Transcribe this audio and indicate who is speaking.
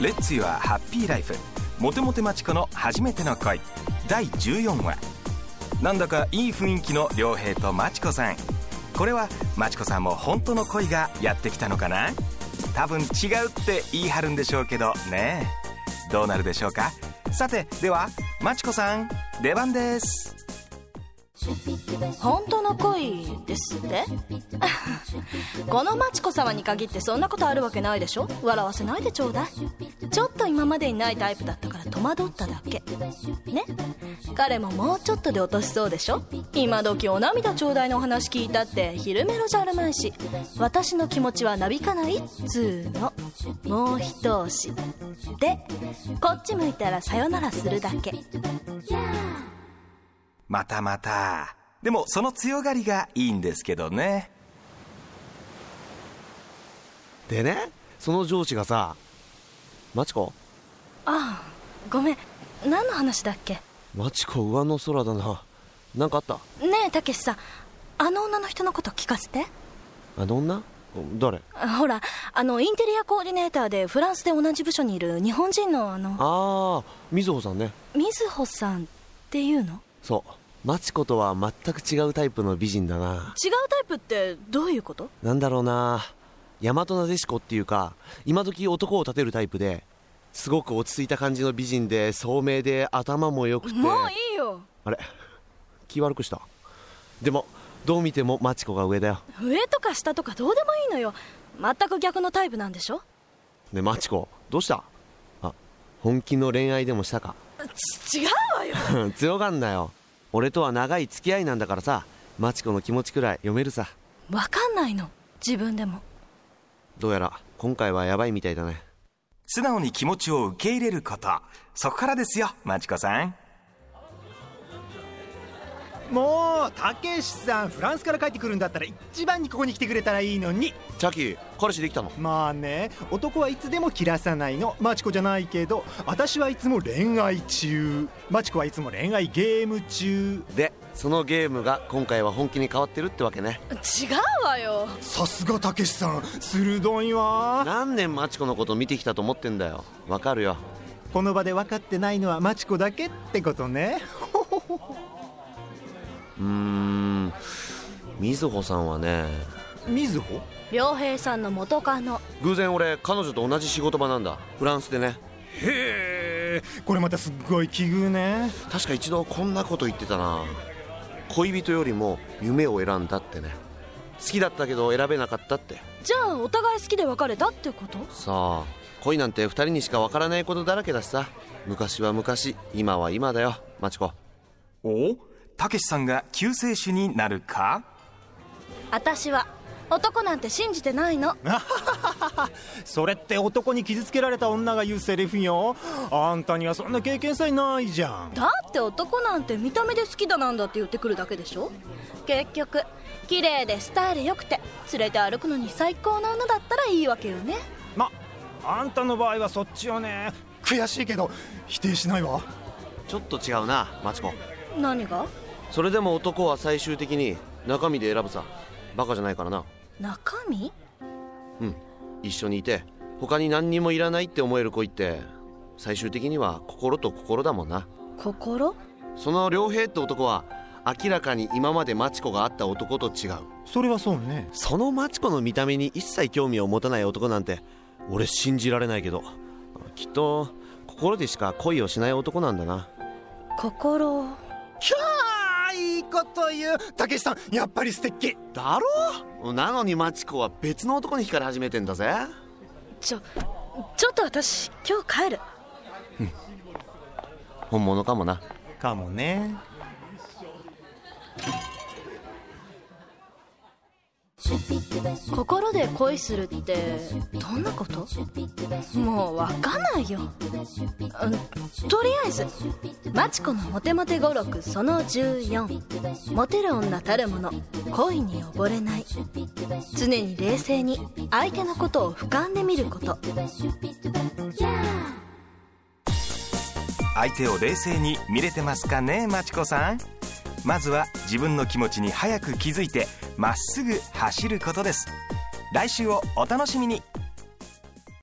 Speaker 1: レッツユアハッピーライフモテモテマチコの初めての恋第14話なんだかいい雰囲気の良平とマチコさんこれはマチコさんも本当の恋がやってきたのかな多分違うって言い張るんでしょうけどねどうなるでしょうかさてではマチコさん出番です
Speaker 2: 本当の恋ですってこのマチコ様に限ってそんなことあるわけないでしょ笑わせないでちょうだいちょっと今までにないタイプだったから戸惑っただけね彼ももうちょっとで落としそうでしょ今時お涙ちょうだいのお話聞いたって昼メロじゃあるまいし私の気持ちはなびかないっつーのもう一押しでこっち向いたらさよならするだけ
Speaker 1: またまたでもその強がりがいいんですけどね
Speaker 3: でねその上司がさマチコ
Speaker 2: ああごめん何の話だっけ
Speaker 3: マチコ上の空だななんかあった
Speaker 2: ねえたけしさんあの女の人のこと聞かせて
Speaker 3: あの女誰
Speaker 2: あほらあのインテリアコーディネーターでフランスで同じ部署にいる日本人のあの
Speaker 3: ああみずほさんね
Speaker 2: 水穂さんっていうの
Speaker 3: そうマチコとは全く違うタイプの美人だな
Speaker 2: 違うタイプってどういうこと
Speaker 3: なんだろうな大和なでしこっていうか今時男を立てるタイプですごく落ち着いた感じの美人で聡明で頭も良くて
Speaker 2: もういいよ
Speaker 3: あれ気悪くしたでもどう見てもマチコが上だよ
Speaker 2: 上とか下とかどうでもいいのよ全く逆のタイプなんでしょ
Speaker 3: ねえマチコどうしたあ本気の恋愛でもしたか
Speaker 2: ち違うわよ
Speaker 3: 強がんなよ俺とは長い付き合いなんだからさマチコの気持ちくらい読めるさ
Speaker 2: わかんないの自分でも
Speaker 3: どうやら今回はやばいみたいだね
Speaker 1: 素直に気持ちを受け入れることそこからですよマチコさん
Speaker 4: もうたけしさんフランスから帰ってくるんだったら一番にここに来てくれたらいいのに
Speaker 3: チャキー彼氏できたの
Speaker 4: まあね男はいつでも切らさないのマチコじゃないけど私はいつも恋愛中マチコはいつも恋愛ゲーム中
Speaker 3: でそのゲームが今回は本気に変わってるってわけね
Speaker 2: 違うわよ
Speaker 4: さすがたけしさん鋭いわ
Speaker 3: 何年マチコのこと見てきたと思ってんだよわかるよ
Speaker 4: この場で分かってないのはマチコだけってことね
Speaker 3: うーんみずほさんはね
Speaker 4: みずほ
Speaker 2: 良平さんの元カノ
Speaker 3: 偶然俺彼女と同じ仕事場なんだフランスでね
Speaker 4: へえこれまたすっごい奇遇ね
Speaker 3: 確か一度こんなこと言ってたな恋人よりも夢を選んだってね好きだったけど選べなかったって
Speaker 2: じゃあお互い好きで別れたってこと
Speaker 3: さあ恋なんて二人にしかわからないことだらけだしさ昔は昔今は今だよマチコ
Speaker 1: おたけしさんが救世主になるか
Speaker 2: 私は男なんて信じてないの
Speaker 4: それって男に傷つけられた女が言うセリフよあんたにはそんな経験さえないじゃん
Speaker 2: だって男なんて見た目で好きだなんだって言ってくるだけでしょ結局綺麗でスタイル良くて連れて歩くのに最高の女だったらいいわけよね
Speaker 4: まあんたの場合はそっちよね悔しいけど否定しないわ
Speaker 3: ちょっと違うなマチコ
Speaker 2: 何が
Speaker 3: それでも男は最終的に中身で選ぶさバカじゃないからな
Speaker 2: 中身
Speaker 3: うん一緒にいて他に何にもいらないって思える恋って最終的には心と心だもんな
Speaker 2: 心
Speaker 3: その良平って男は明らかに今までマチコが会った男と違う
Speaker 4: それはそうね
Speaker 3: そのマチコの見た目に一切興味を持たない男なんて俺信じられないけどきっと心でしか恋をしない男なんだな
Speaker 2: 心
Speaker 4: キャーいいこと言うたけしさんやっぱり素敵
Speaker 3: だろなのにマチコは別の男に惹かれ始めてんだぜ
Speaker 2: ちょちょっと私今日帰る
Speaker 3: 本物かもな
Speaker 4: かもね
Speaker 2: 心で恋するってどんなこともうわかんないよ、うん、とりあえずマチコのモテモテ語録その14モテる女たるもの恋に溺れない常に冷静に相手のことを俯瞰で見ること
Speaker 1: 相手を冷静に見れてますかねマチコさんまずは自分の気持ちに早く気づいてまっすぐ走ることです来週をお楽しみに